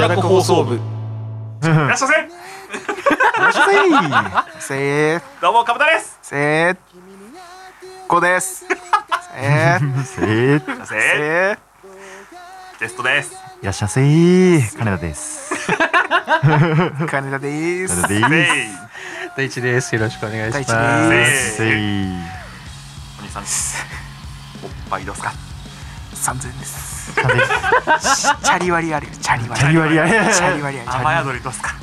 らく放送部。いらっしゃいませせー、どうも、かぶたですせー、こうです。せー、せーいらっしゃいませせー、ゲストですいらっしゃいませー金田です金田でー金す田。でせいー大地です。よろしくお願いします。大地ですせーお兄さんですおっぱいどうすか三千円です。金田チャリ割りあるよ。チャリ割チャリ割りあるチャリ割りある。雨宿りどうす か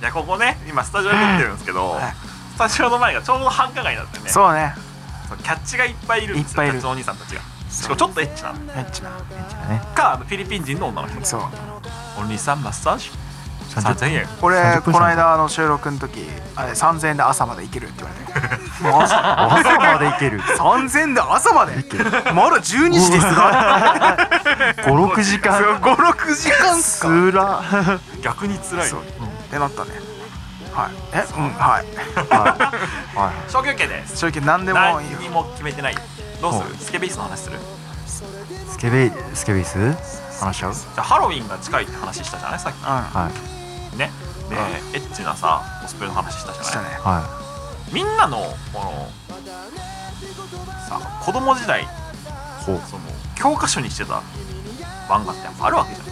いや、ここね、今スタジオに撮ってるんですけどはいスタジオの前がちょうど繁華街なんですよねそうね。そうキャッチがいっぱいいるんですいよっぱキいャいるッチのお兄さんたちがしかもちょっとエッチなエッチな。ねかあのフィリピン人の女の人そう。お兄さんマッサージ30 3000円俺30こ分の間あの収録の時あれ三千円で朝まで行けるって言われて。マジ朝までいける三千円で朝まで。まだ十二時ですが。五六時間五六時間っすすか。ら逆に辛いそうよってなったね。はい。え、うん、はい。はいはい小休憩です正直何でもいい何よに。も決めてないどうすうるスケベイスの話するスケベスケベイス話しちゃうじゃあハロウィンが近いって話したじゃないさっうはいきねでエッチなさコスプレの話したじん。しゃたないね。はみんなのこのさ子供時代いほうその教科書にしてた漫画ってやっぱあるわけじゃん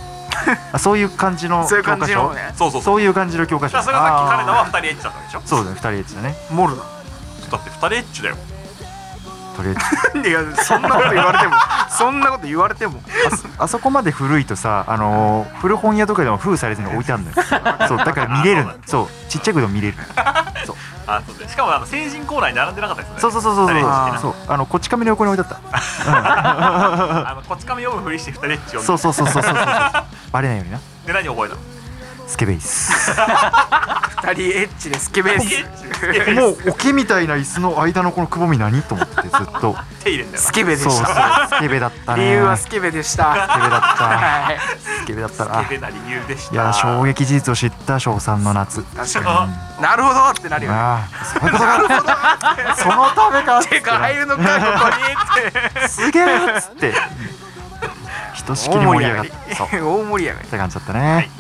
あそういう感じのそういう教感科じの書ね。そうそうそうそういう感じの教科じゃあ書それがさっきあー彼らは2人エッチだったわけでしょそうだね二人エッチだねモルだ。だって2人エッチだよとりあえず いや、そんなこと言われて も、そんなこと言われても。あそこまで古いとさ、あのー古本屋とかでも封されずに置いてあるのよ。そう、だから見れるの。そう、ちっちゃいけど見れる。あそうでしかもあの成人コーナーに並んでなかったですよねそうそうそうそうそう二人エッチってなそう、あの、こち亀の横に置いてあっあのこっち亀読むふりして2人エッチた。をそうそうそうそうそうそう。バレないようにな。で何覚えたのスケベイス。二人エッチでスケベエーッチス。もう桶みたいな椅子の間のこのくぼみ何と思ってずっと。手入れんだよスケベでそうしそう、た。スケベだったね。理由はススケベでした。ケベだった。 はい。スケベだったなな。スケベな理由でしたいや、衝撃事実を知った小三の夏。確かに。なるほどってなるよね。ああ、そういうことか。そのためか。てか入るのかここにって。すげえっつって。ひとしきり盛り上がった。そう。 大盛り上がりっ。て感じだったね。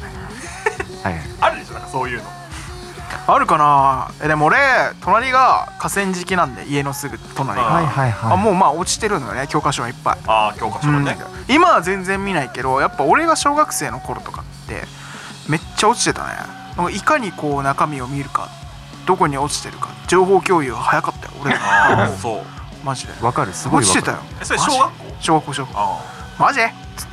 はい。 あるでしょなんかそういうのあるかな。え、でも俺隣が河川敷なんで家のすぐ隣あが。はいはいはい。あ、もうまあ落ちてるのよね教科書がいっぱい。ああ教科書のね、今は全然見ないけどやっぱ俺が小学生の頃とかってめっちゃ落ちてたねなんかいかにこう中身を見るかどこに落ちてるか情報共有が早かったよ俺 らああそうマジでわかる。すごい落わちかてるたよえそれ小学校小学校小学校あマジっつ っ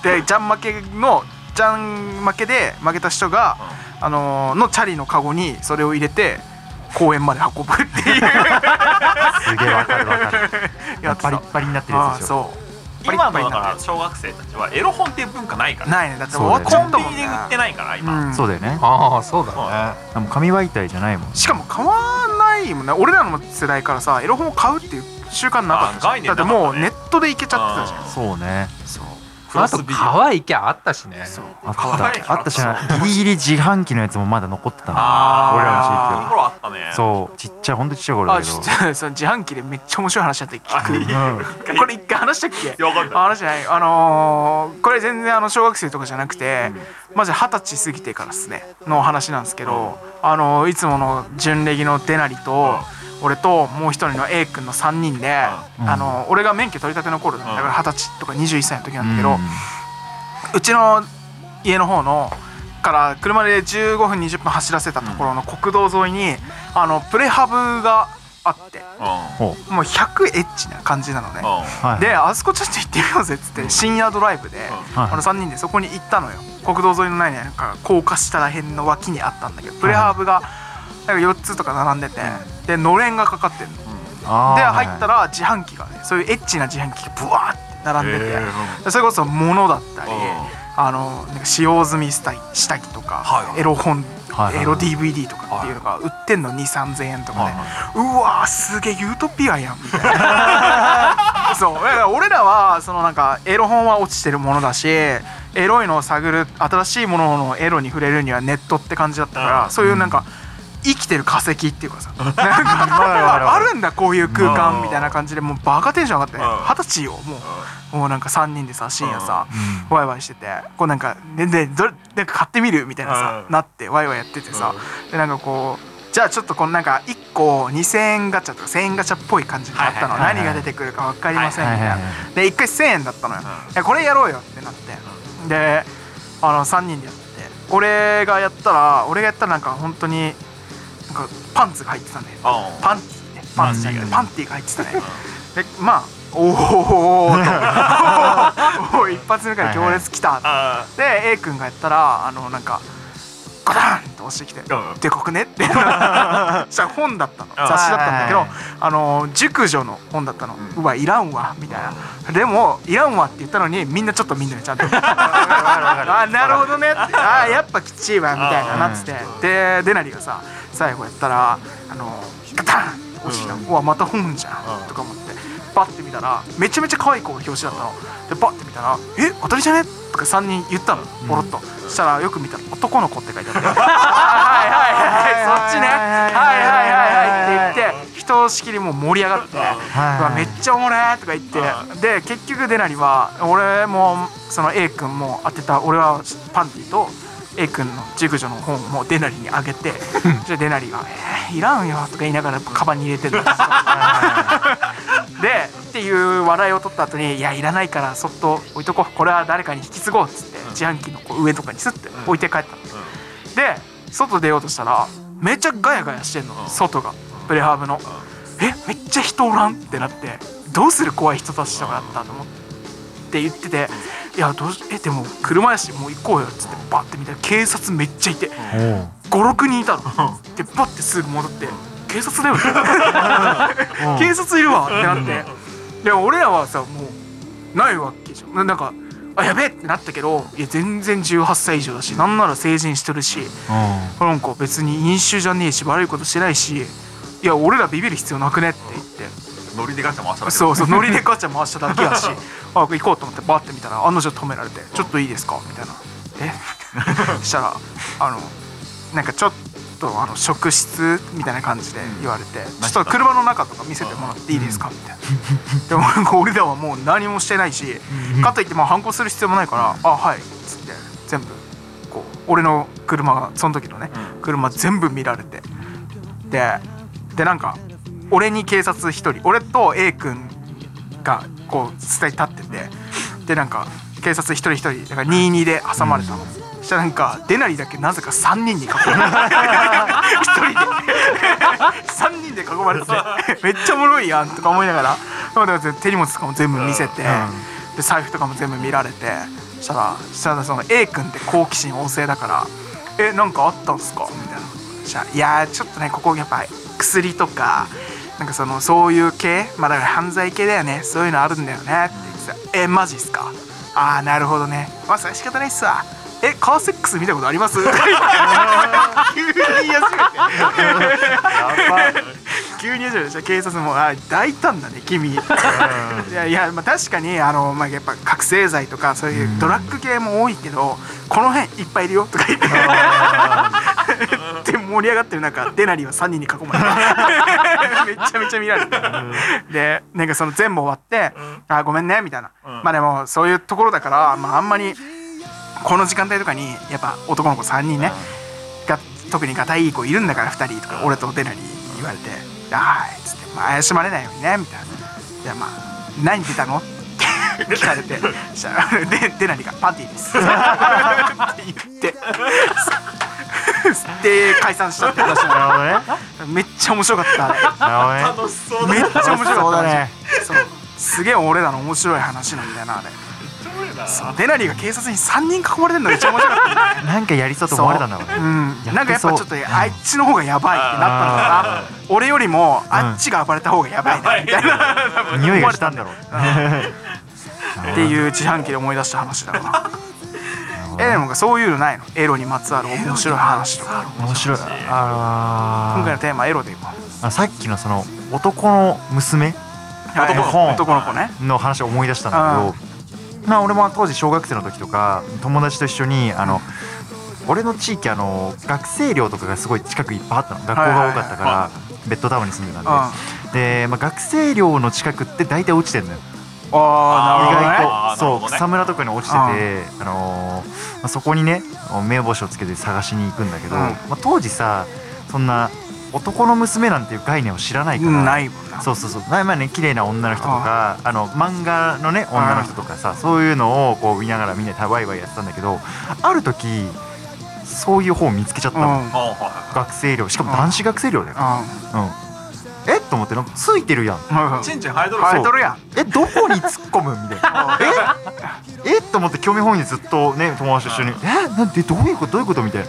てでジャン負けのジャン負けで負けた人が、あのーのチャリのカゴにそれを入れて公園まで運ぶって いうすげえわかるわかる。 ややっってたぱりパリになってるあやつあでしょ。そうパリ今ッのパリだにかなってら小学生たちはエロ本っていう文化ないからないねだってそうだよ終わっねちゃコっンたビもんニでね売ってないから今、うんそうだよね。ああ、そうだね。でも紙媒体じゃないもん。しかも買わないもんね俺らの世代からさエロ本を買うっていう習慣なかったじゃんあ概念なだっかってたねもうネットでいけちゃってたじゃんそうね。そうクロあスとビ可愛いキャあったしね。そうあっ可愛いた。あったしな。ギリギリ自販機のやつもまだ残ってたの。ああ俺らの地域はその頃あったねうそう。ちっちゃいほんとちっちゃい頃あだけちどょっ。とその自販機でめっちゃ面白い話だった聞くうん。これ一回話したっけいやわかんないあ話じゃないあのーこれ全然あの小学生とかじゃなくて、まず二十歳過ぎてからですねの話なんですけど、あのーいつもの純レギのデナリと、俺ともう一人の A 君の3人で、んあのー俺が免許取り立ての頃だ,、うんだから二十歳とか21歳の時なんだけど、うんうちの家の方のから車で15分20分走らせたところの国道沿いにあのプレハブがあってうんほう。もう100エッチな感じなのうねんはい。であそこちょっと行ってみようぜっつって深夜ドライブでうはいあの3人でそこに行ったのよ国道沿いのないなんか高架下ら辺の脇にあったんだけどプレハブがなんか4つとか並んでてでのれんがかかってるのであー入った。ら自販機がねそういうエッチな自販機がブワーって並んでへてーでそれこそ物だったりうんあのなんか使用済み下着下着とか、はいはいエロ本、はいはいエロ DVD とかっていうのが売ってんの2 3 0 0 0円とかね、うわーすげえユートピアやんみたいなそうだから俺らはそのなんかエロ本は落ちてるものだしエロいのを探る新しいもののエロに触れるにはネットって感じだったから、うんそういうなんか、生きてる化石っていうかさ なんかあるああるるんだこういう空う間んみたいな感じでもうバカテンション上がってうん二十歳よもうもうなんか3人でさ深夜さうワイワイしててこうなんか「ねねどれなんか買ってみる?」みたいなさうんなってワイワイやっててさでなんかこうじゃあちょっとこのなんか1個2,000円ガチャとか1,000円ガチャっぽい感じになったのはいはいはい何が出てくるか分かりませんみたいはいはいはなで1回1,000円だったのようんいやこれやろうよってなってであの3人でやって俺がやったら俺がやったらなんか本当になんかパンツが入ってたんだよあパンツねパンツじゃなくてパンティーが入ってたねでまあおーおーとおー一発目から行列来たあで A 君がやったらあのなんかゴダンって押してきてうん「でこくね?」ってしたら本だったの雑誌だったんだけはどいあの熟女の本だったのううわいらんわみたいなでもいらんわって言ったのにみんなちょっとみんなでちゃんとあなるほどねってあやっぱきっちいわみたいななっつってでデナリがさ最後やったらあのガタンって落ちてきたうんうわまた本じゃうんんとか思ってバッて見たらめちゃめちゃ可愛い子の表紙だったのでバッて見たら「え当たりじゃね?」とか3人言ったのポロッと、そしたらよく見たら「男の子」って書いてあって「はいはいはいはいそっちねはいはいはいはい」って言ってひとしきりもう盛り上がって「うはいわめっちゃおもれー」とか言ってで結局デナリは俺もその A 君も当てた俺はパンティと A 君の熟女の本もデナリにあげ てじゃデナリが「えーいらんよ」とか言いながらカバンに入れて るんですよでっていう笑いを取った後に「いやいらないからそっと置いとこうこれは誰かに引き継ごう」っつって自販機のこう上とかにスッて置いて帰ったの、で外出ようとしたらめっちゃガヤガヤしてんの、うん外がプレハブの、えめっちゃ人おらんってなってどうする怖い人たちとかだったと思って言ってて「いやどうしえでも車やしもう行こうよ」っつってバッて見たら警察めっちゃいておう56人いたのでバッてすぐ戻って「警察だよね」う ん警察いるわってなってでも俺らはさもうないわけじゃんななんかあやべえってなったけどいや全然18歳以上だしなんなら成人してるしなんか別に飲酒じゃねえし悪いことしてないしいや俺らビビる必要なくねって言ってノリでガチャ回しただけそうそうノリでガチャ回しただけやしあ行こうと思ってバーって見たら案の定止められて「ちょっといいですか?」みたいな「え そしたらあのなんかちょっとあの職質みたいな感じで言われて、ちょっと車の中とか見せてもらっていいですかみたいな。でもなんか俺らはもう何もしてないし、かといってまあ反抗する必要もないから、あはいっつって全部こう俺の車がその時のね、車全部見られて、ででなんか俺に警察一人、俺と A 君がこう伝え立っててでなんか警察一人一人だから22で挟まれたの、そしたらなんかデナリだけなぜか3人に囲まれて一人で3人で囲まれててめっちゃおもろいやんとか思いながらまあだから手荷物とかも全部見せて、で財布とかも全部見られてそしたらそしたらその A 君って好奇心旺盛だから「えなんかあったんすか?」みたいなそしたら「いやーちょっとねここやっぱ薬とかなんかそのそういう系まあだから犯罪系だよねそういうのあるんだよね」って言ってたえマジっすか?」ああなるほどねまあそれは仕方ないっすわえカーセックス見たことあります 急に言い始めて急に言い始めてそしたら警察も「あ抱いたんだね君」いやいや、まあ、確かにあの、まあ、やっぱ覚醒剤とかそういうドラッグ系も多いけど、この辺いっぱいいるよとか言 ってで盛り上がってる中デナリは3人に囲ま れてめちゃめちゃ見られてでなんかその全部終わって「あーごめんね」みたいな、まあでもそういうところだから、まあ、あんまりこの時間帯とかにやっぱ男の子3人ね、が特にガタイいい子いるんだから2人とか俺とデナに言われて「ああ」っつって「まあ、怪しまれないようにね」みたいな「じゃあまあ何出たの?」って聞かれ てそしたらでデナリが「パンティーです」って言ってで解散したって話ななるほどねのめっちゃ面白かったあれなるほど楽ねしそうだめっちゃ面白かそっうただねそうすげえ俺らの面白い話なんだよなあれそうデナリが警察に3人囲まれてるのが一番面白かったんだよねなんかやりそうと思われたんだろううねん、やなんかやっぱちょっとあっちの方がやばいってなったのかな俺よりもあっちが暴れた方がやばいなみたいな匂いがしたんだろうっていう自販機で思い出した話だなえでもなんかそういうのないのエロにまつわる面白い話とか面白いあ今ー回のテーマエロでいこうあさっきのその男の娘はい男の子男の子ねの話を思い出したんだけどまあ俺も当時小学生の時とか友達と一緒にあの俺の地域あの学生寮とかがすごい近くいっぱいあったの学校が多かったから、はベッドタウンに住んでたんで、あで、まあ、学生寮の近くって大体落ちてんのよ意あーなるほどねあー外となるほそうどね草むらとかに落ちててあのーまあそこにね目星をつけて探しに行くんだけど、うんまあ、当時さそんな男の娘なんていう概念を知らないかうら、んないもんなそうそうそう前まあね綺麗な女の人とかあの漫画のね女の人とかさそういうのをこう見ながらみんなでワイワイやってたんだけどある時そういう本を見つけちゃったうんの、ほうほうほ学生寮しかも男子学生寮だよ、ううん、えっと思ってなんかついてるやんんうチンチン生えとる生ぞえとるやんえどこに突っ込むみたい なええと思って興味本位でずっとね友達と一緒に「えなんでどういうことどういうこと?」みたいな。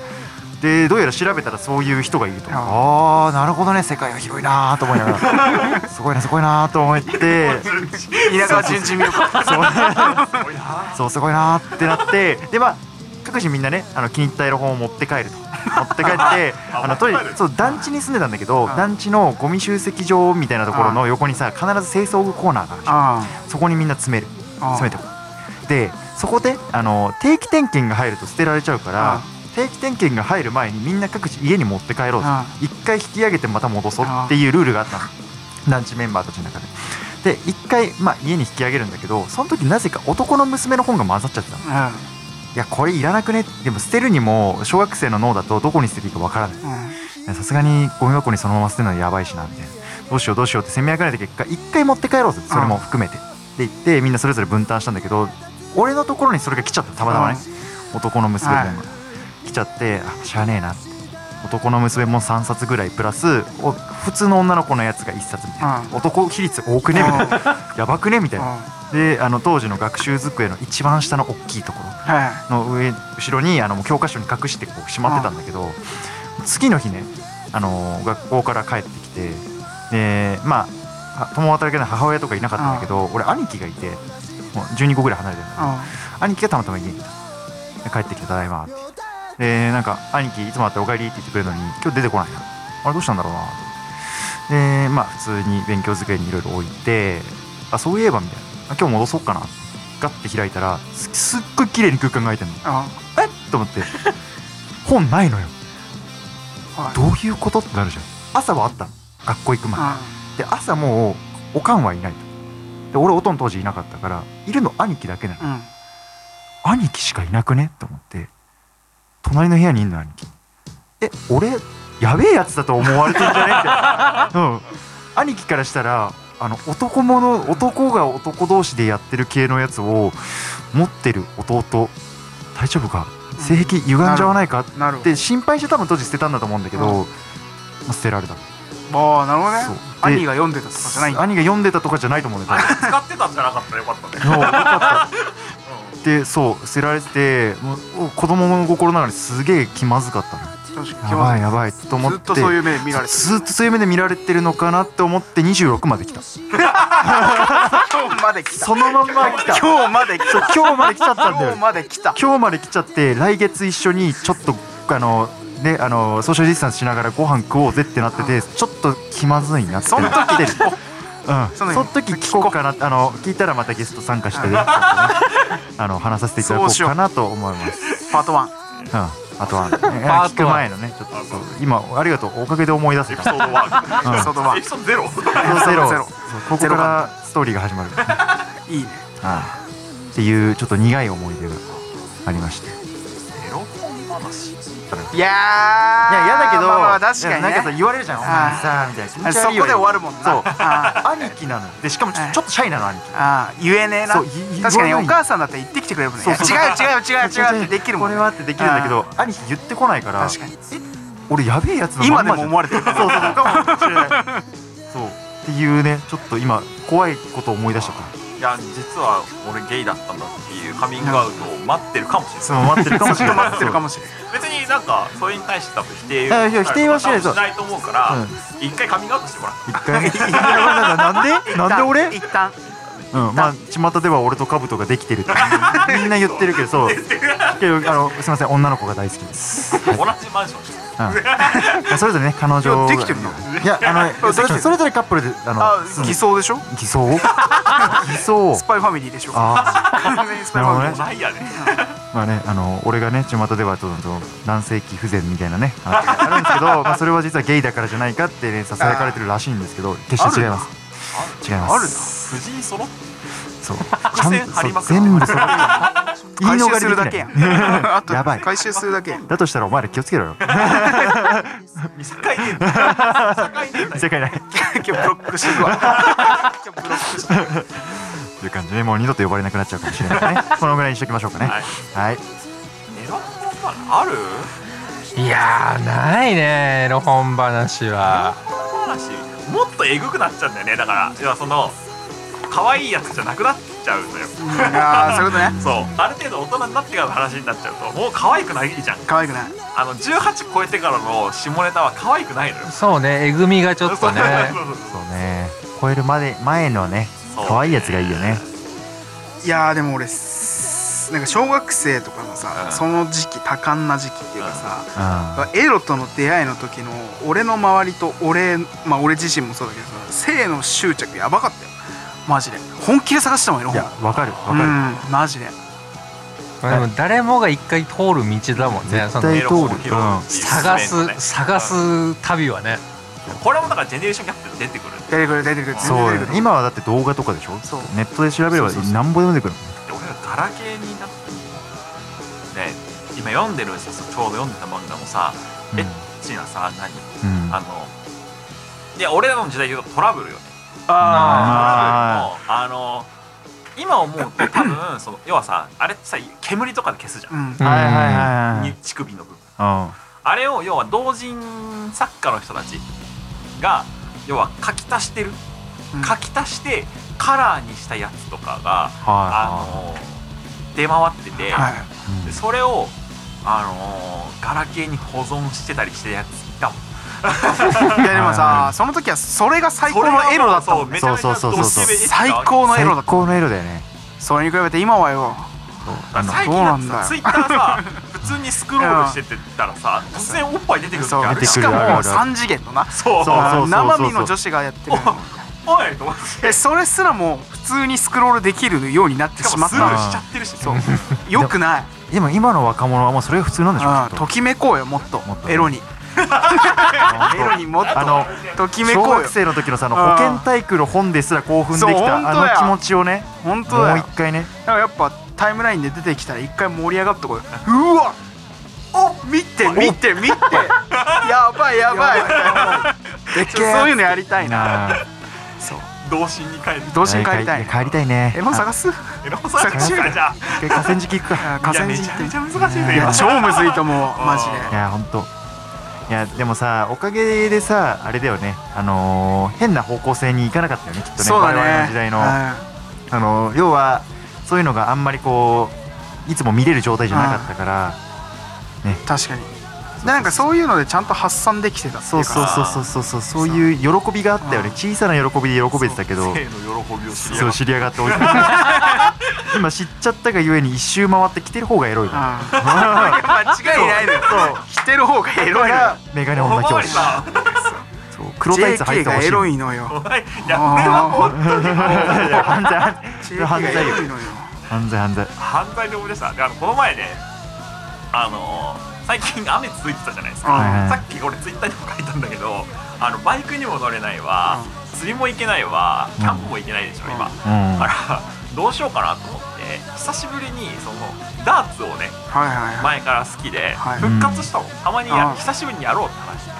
でどうやら調べたらそういう人がいるとうんああなるほどね世界は広いなーと思いなが らすごいなすごいなーと思って田舎はチンチン見ようかそうそうすごいなーってなってでまあ各自みんなねあの気に入ったエロ本を持って帰ると持って帰ってあのとり持って帰るそう団地に住んでたんだけどうん団地のゴミ集積場みたいなところの横にさ必ず清掃コーナーがあるじゃんそこにみんな詰めるあ詰めておくでそこであの定期点検が入ると捨てられちゃうからあ定期点検が入る前にみんな各自家に持って帰ろうとあ一回引き上げてまた戻そうっていうルールがあったの団地メンバーたちの中でで一回、まあ、家に引き上げるんだけどその時なぜか男の娘の本が混ざっちゃってたのいうんやこれいらなくねでも捨てるにも小学生の脳だとどこに捨てていいかわからないうんさすがにゴミ箱にそのまま捨てるのはやばいしなみたいなどうしようどうしようって攻め上げられた結果一回持って帰ろうぜそれも含めてって言ってみんなそれぞれ分担したんだけど俺のところにそれが来ちゃったたまたまね男の娘本が来ちゃってあしゃあねえなって男の娘も3冊ぐらいプラスお普通の女の子のやつが1冊みたいなうん男比率多くねみたいなやばくねみたいなはであの当時の学習机の一番下の大きいところいの上後ろにあのもう教科書に隠してこうしまってたんだけど次の日ねあの学校から帰ってきてでまあは共働きの母親とかいなかったんだけど俺兄貴がいてもう12個ぐらい離れてるんだけど兄貴がたまたま家にいたで帰ってきて「ただいま」ってでなんか兄貴いつもあって「おかえり」って言ってくれるのに今日出てこないなあれどうしたんだろうなとでまあ普通に勉強机にいろいろ置いてあそういえばみたいなあ今日戻そうかなガッて開いたらすすっごい綺麗に空間が空いてんのえっと思って本ないのよどういうことってなるじゃん朝はあったの学校行く前で朝もうおかんはいないとで俺おとん当時いなかったからいるの兄貴だけなの兄貴しかいなくねと思って隣の部屋にいんの兄貴え俺やべえやつだと思われてんじゃねえって、うん、兄貴からしたらあの男物男が男同士でやってる系のやつを持ってる弟大丈夫か性癖歪んじゃわないかなるっほどて心配して多分当時捨てたんだと思うんだけど、うんまあ捨てられたああなるほどねそうで兄が読んでたとかじゃないんだ兄が読んでたとかじゃないと思うんだけど使ってたんじゃなかったらよかったねそうよ かった でそう捨てられててもう子供の心ながらすげえ気まずかったの確かにやばいやばいと思ってずっとそういう目で見ら れてずっとそういう目で見られてるのかなって思って26まで来た今日まで来たそのまんま来たそう 今日まで来た今日まで来ちゃったんだ今よ日まで来た今日まで来ちゃって来月一緒にちょっとあのねあのソーシャルディスタンスしながらご飯食おうぜってなっててちょっと気まずいなってそのなってる うん、そその時の時聞こうかなあの聞いたらまたゲスト参加してね、あ の話させていただこうかなと思いますパート1うん、あと は、ね、ワン聞く前のね、ちょっとそう、今、ありがとう、おかげで思い出せエピた。 ソそード1エピソード1エピソードゼロうゼロゼゼロロそうここからストーリーが始 まる。はいいいねいっていう、ちょっと苦い思い出がありまして。いエロ本話いやや、嫌だけど、まあまあ確かにねなんかさ、言われるじゃん、お前さ、みたいな気持ちそ悪いよ。こで終わるもんなそうあ 兄貴なのよ、で、しかもちょ、ちょっとシャイなの、兄貴。あ言えねえなそうい確かに言わおない母さんだったら言ってきてくれるもんねいそうや違そうう違う違う違うってできるもんこねれはってできるんだけど、兄貴言ってこないから。確かに俺やべえやつのま今んでもまじゃん思われてるそうそうそうかもしれない そうっていうねちょっと今怖いことを思い出しちゃったいや実は俺ゲイだったんだっていうカミングアウトを待ってるかもしれないその待ってるかもしれない待ってるかもしれない別になんかそれに対して多分否定あいや否定はしない多分しないと思うから、うん一回カミングアウトしてもらって一回ねなんでなんで俺 一旦うんまあ巷では俺と兜ができてるってみんな言ってるけどそうけどあのすいません女の子が大好きです同じマンションそれぞれね彼女いやできてるのいや あのそれそれぞれカップルであのあ偽装でしょ 偽装偽装スパイファミリーでしょあ 完全にスパイファミリーでしょないやね。まあねあの俺がね巷ではちょっと男性器不全みたいなね話があるん ですけどまあそれは実はゲイだからじゃないかってねささやかれてるらしいんですけど決して違います違いますあるな藤井揃っそう伏線張りまくってそう全部それ言回い収逃れするできなだいけや んあとやばい回収するだけだとしたらお前ら気をつ けろよ見境ねえんだ。境ねえんだ。世界ないっ今日ブロックしてくわ今日ブロックしてていう感じでもう二度と呼ばれなくなっちゃうかもしれないねこのぐらいにしときましょうかねはいはいエロ本話ある？いやーないねエロ本話は話もっとえぐくなっちゃうんだよね。だから要はその可愛いやつじゃなくなっちゃうのよ。ああそういうことねそうある程度大人になってからの話になっちゃうともう可愛くないじゃん可愛くないあの18超えてからの下ネタは可愛くないのよそうねえぐみがちょっとねそうそうそうそうね超えるまで前のねそう可愛いやつがいいよねいやーでも俺すなんか小学生とかのさ、うんその時期多感な時期っていうかさ、うんエロとの出会いの時の俺の周りと俺まあ俺自身もそうだけどさ性の執着やばかったよマジで本気で探してたもんエロい本やわかるわうかんマジでまあでも誰もが一回通る道だもんね絶その対エロ本を拾うっていう探側面のねす探す旅はねこれもだからジェネレーションギャップで出てくる出てくる出てくるる全そう然出よてくる今はだって動画とかでしょそうネットで調べればそうそうそうなんぼでも出てくるで俺がガラケーになってね今読んでるさちょうど読んでた漫画もさうんエッチなさ何うんあのいや俺らの時代で言うとトラブルよねああトラブルもあの今思うと多分その要はさあれってさ煙とかで消すじゃ、あうんんはいはいはいに乳首の部分はいあれを要は同人作家の人たちが要は書き足してるうん書き足してカラーにしたやつとかが、うんはあの出回ってて、はいいうんでそれを、あのガラケーに保存してたりしてるやついたもんいやでもはいさその時はそれが最高のエロだったもんねそれはもうそうめちゃめちゃそうそうそうそうドシベリ最高のエロだ最った高のエロだよねそれに比べて今はよそうあの最近だってさツイッターさ普通にスクロールしてってたらさ突然おっぱい出てくる時そあ出るうてしくるかあるあもる3次元のなそうそうあー生身の女子がやってるのおいと思ってえそれすらも普通にスクロールできるようになってしかしまもっスルーたしちゃってるしそうよくないでも今の若者はもうそれが普通なんでしょうんきっときめこうよもっともっとエロにエロにもっあのとときめ小こうよ学生の時のそのうん保健体育の本ですら興奮できそうた本当だよあの気持ちをね本も当うだ一よ回ねだからやっぱタイムラインで出てきたら一回盛り上がっとこうようわお見て見て見てやばいやばいでっけえそういうのやりたいななそう童心に帰る童心帰りたい帰りたいねエロ探すエ ロさんじゃあ一回河川敷行くかあ河川め敷ちゃ行めっちてゃ難しいねいや今超むずいと思う マジいでや本当いやでもさおかげでさあれだよねあのー変な方向性に行かなかったよねきっとねそうだね我々の時代の、うんあの要はそういうのがあんまりこういつも見れる状態じゃなかったから確かになんかそういうのでちゃんと発散できてたってそいううそうかそうそうそうそうそういう喜びがあったよねうん小さな喜びで喜べてたけど性の喜びを知りそう知り上がってお いて今知っちゃったがゆえに一周回って来てる方がエロいうなん間違いないのよ着てる方がエロいのよメガネお女ま教わり師さんそう黒タイツ履 JK いてほがしいエロ いいのよお前いやこれは本当にやいや犯罪 JK 犯がエ罪よロいのよ犯罪犯罪犯罪で思い出したであのこの前ねあのー最近雨続いてたじゃないですうんかはいさっき俺ツイッターにも書いたんだけどあのバイクにも乗れないわ釣りも行けないわキャンプも行けないでしょ今うんだからどうしようかなと思って久しぶりにそのダーツをねはいはいはい前から好きではい復活したのたまにやうん久しぶりにやろうって話になっ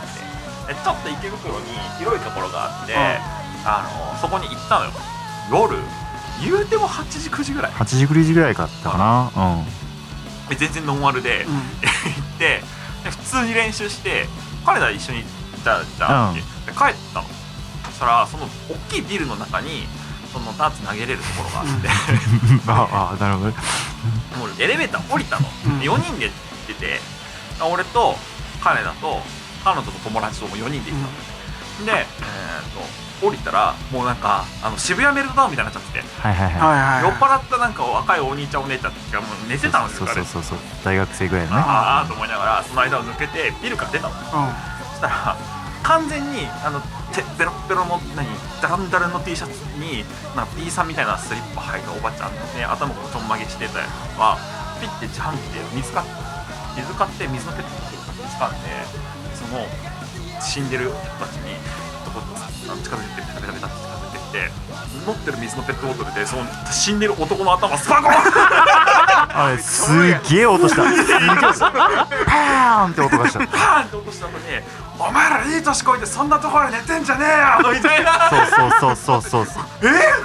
てでちょっと池袋に広いところがあってうんあのそこに行ったのよ夜言うても8時9時ぐらい8時9時ぐらいかあったかなうんで全然ノンアルでうん行ってで普通に練習して彼ら一緒に行ったじゃん、うんで帰ったのそしたらその大きいビルの中にそのダーツ投げれるところがあって、 ああなるほどねもうエレベーター降りたの、うんで4人で出て俺と彼らと彼女と友達とも4人で行ったの、で、えー、と降りたらもうなんかあの渋谷メルトダウンみたいになっちゃっててはいはいははいはいはい酔っ払ったなんか若いお兄ちゃんお姉ちゃんがもう寝いてたんですそようあそれうそうそう大学生ぐらいのねあーあーと思いながらその間を抜けてビルから出たのそしたら完全にあのてベロッベロの何ダランダランの T シャツになんか B さんみたいなスリッパ履いたおばちゃんで頭をちょんまげしてたりとかピッて自販機で水か水買って水のペットボトル掴んでその死んでる人たちにどこどこあの近づいてベタベタベタって近づいてきて持ってる水のペットボトルでその死んでる男の頭スパコンあれすげえ音したすげえ音したパーンって音がしたパーンって落とした後に「お前らいい年こいてそんなところで寝てんじゃねえよ」みたいなそうそうそうそうそうえ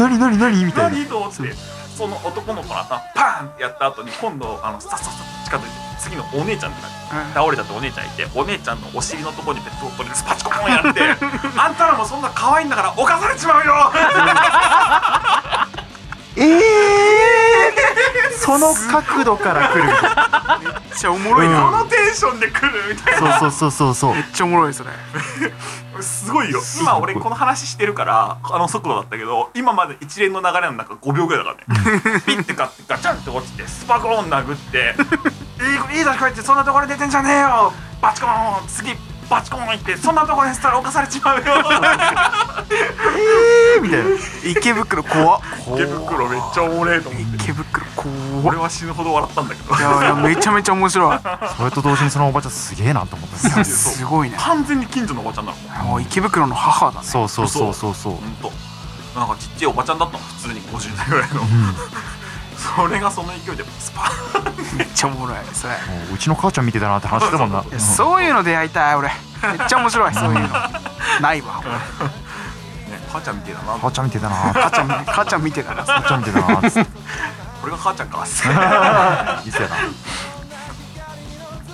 なになになにみ「たいな何?」と思ってその男の子の頭パーンってやった後に今度あのさっさっさっと近づいて次のお姉ちゃんってなって倒れちゃってお姉ちゃんいてお姉ちゃんのお尻のところにペットボトルでスパチコーンやって「あんたらもそんな可愛いんだから犯されちまうよ!」ええー、その角度から来るみたいなめっちゃおもろいこな、のテンションで来るみたいそうそうそうそうそうめっちゃおもろいそれなすごいよ今俺この話してるからあの速度だったけど今まで一連の流れの中5秒ぐらいだからねピッて買ってガチャンって落ちてスパコーン殴って いいいい年こいてそんなところで出てんじゃねえよバチコーン次バチコーン行ってそんなところにしたら犯されち まうよえーみたいな池袋怖っ池袋めっちゃおもれえと思って池袋怖っ俺は死ぬほど笑ったんだ けどいやいやめちゃめちゃ面白いそれと同時にそのおばちゃんすげえなと思ったんですよすごいね完全に近所のおばちゃんなのもう池袋の母だねそうそうそうそうそうほんとなんかちっちゃいおばちゃんだったの普通に50代ぐらいの、 それがその勢いでスパーンめっちゃおもろいそれもううちの母ちゃん見てたなって話してたもんなえそういうの出会いたい俺めっちゃ面白いそういうのないわね母ちゃんみてえだな母ちゃん見てたな母母ちゃん母ちゃん見てたら さちゃん見てたなっつってこれが母ちゃん かいいっすよな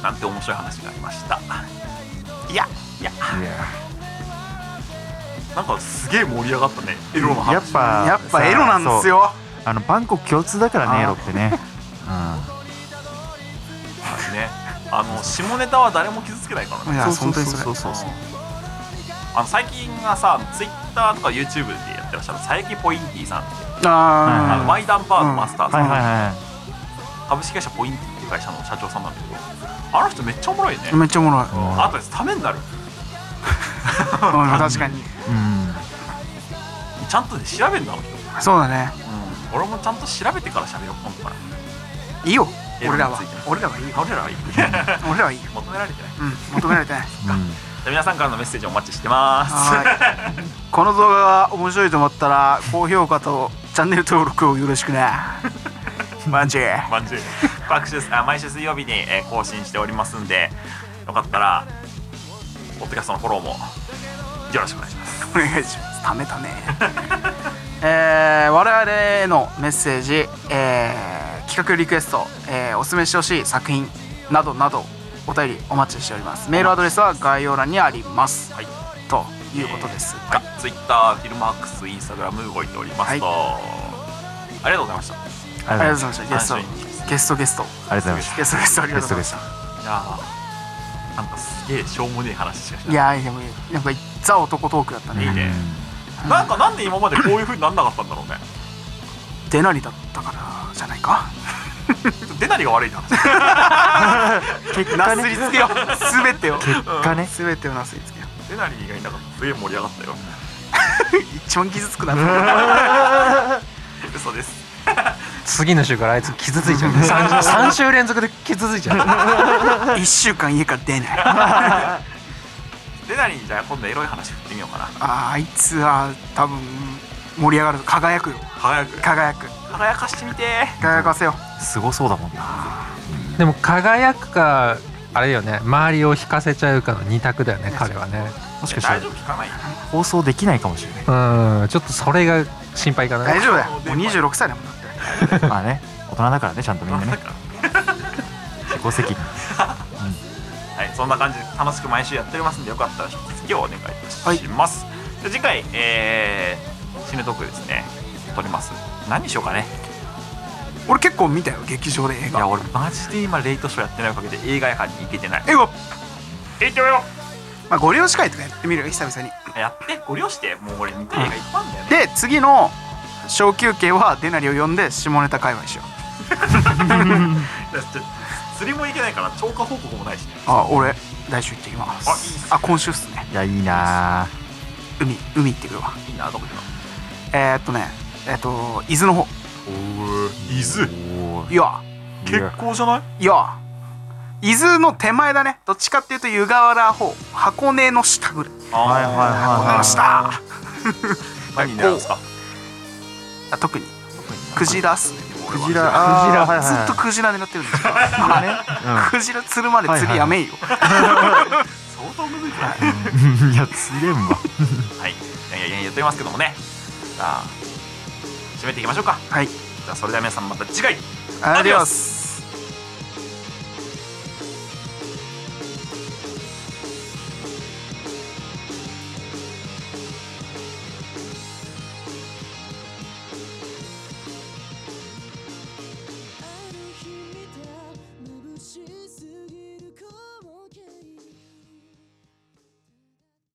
なんて面白い話がありましたいやいやなんかすげえ盛り上がったねエロの話やっぱやっぱエロなんですよそうあのバンコク共通だからあーねエロってねねあの下ネタは誰も傷つけないからいねやうん本当にそれうそうそうあの最近がさ Twitter とか YouTube でやってらっしゃる佐伯ポインティさんっていうあのあワイダンバーのマスターはいさはいんは株式会社ポインティっていう会社の社長さんなんだけどあの人めっちゃおもろいねーめっちゃおもろいいあとですためになるうん確かにうんちゃんとね調べるのあの人そうだね俺もちゃんと調べてから喋ろう今度からいいよエロ俺らはについて俺ら はいいよ俺らはいい俺らはいいよ求められてないうん求められてないうんじゃあ皆さんからのメッセージお待ちしてますはーいこの動画が面白いと思ったら高評価とチャンネル登録をよろしくねマジまんじゅう各週あ毎週水曜日に、えー更新しておりますんでよかったらポッドキャストのフォローもよろしくお願いしますお願いしますためため えー我々へのメッセージ、えー企画リクエスト、えーおすすめしてほしい作品などなどお便りお待ちしておりますメールアドレスは概要欄にあります、はいということですが、はい、Twitter フィルマークスインスタグラム動いておりますと、ありがとうございましたあありりがとうごがとうございまざすいましたはいゲストゲストゲストありがとうございましたゲストゲストありがとうございましたじゃあなんかすげえしょうもねえ話しかしいやーでもなんかザ男トークだったないいねねなんかなんで今までこういう風になんなかったんだろうね出なりだったからじゃないかちょっと出なりが悪いな結な果すりねつけよう 全てを結果ね全てをなすりつけよう出なりがいなかったすげえ盛り上がったよ一番傷つくな った嘘です次の週からあいつ傷ついちゃうね 3, 週連続で傷ついちゃう1週間家から出ないあ出なりにじゃあ今度エロい話振ってみようかなーあいつは多分盛り上がる輝くよ輝く輝く輝かしてみて輝かせよすごそうだもんなでも輝くかあれよね周りを引かせちゃうかの二択だよね彼はねもしかした大ら丈夫聞かない放送できないかもしれ ないうんちょっとそれが心配かな大丈夫だよもう26歳だもんだってまあね大人だからねちゃんとみんなね自己責任はい、そんな感じで楽しく毎週やっておりますんでよかったら引き続きをお願いいたします、で次回、えー、シネトークですね撮ります何にしようかね俺結構見たよ劇場で映いや画俺マジで今レイトショーやってないおかげで映画館に行けてない映画行ってみようまあ、ご利用司会とかやってみるよ久々にやってご利用してもう俺見たい映画いっぱいあるんだよねで次の小休憩はデナリを呼んで下ネタ界隈しようだって 釣りも行けないから超過報告もないしねあ俺来週行ってきますあいいっすねあ今週っすねいやいいなあ海海行ってくるわいいなどこでもえー、っとねえーっと伊豆の方おお伊豆おーいや結構じゃないいや伊豆の手前だねどっちかっていうと湯河原方箱根の下ぐらいはいはいはい箱根の下 何になるんですかあ特にクジラっすねクジラクジラあーはいはいずはっいとクジラ狙ってるんです よ今ねクジラ釣るまで釣りやめんよ、相当むずいねうんいや釣れんわはいいやいや言ってますけどもねじゃあ締めていきましょうかはいじゃあそれでは皆さんまた次回アディオス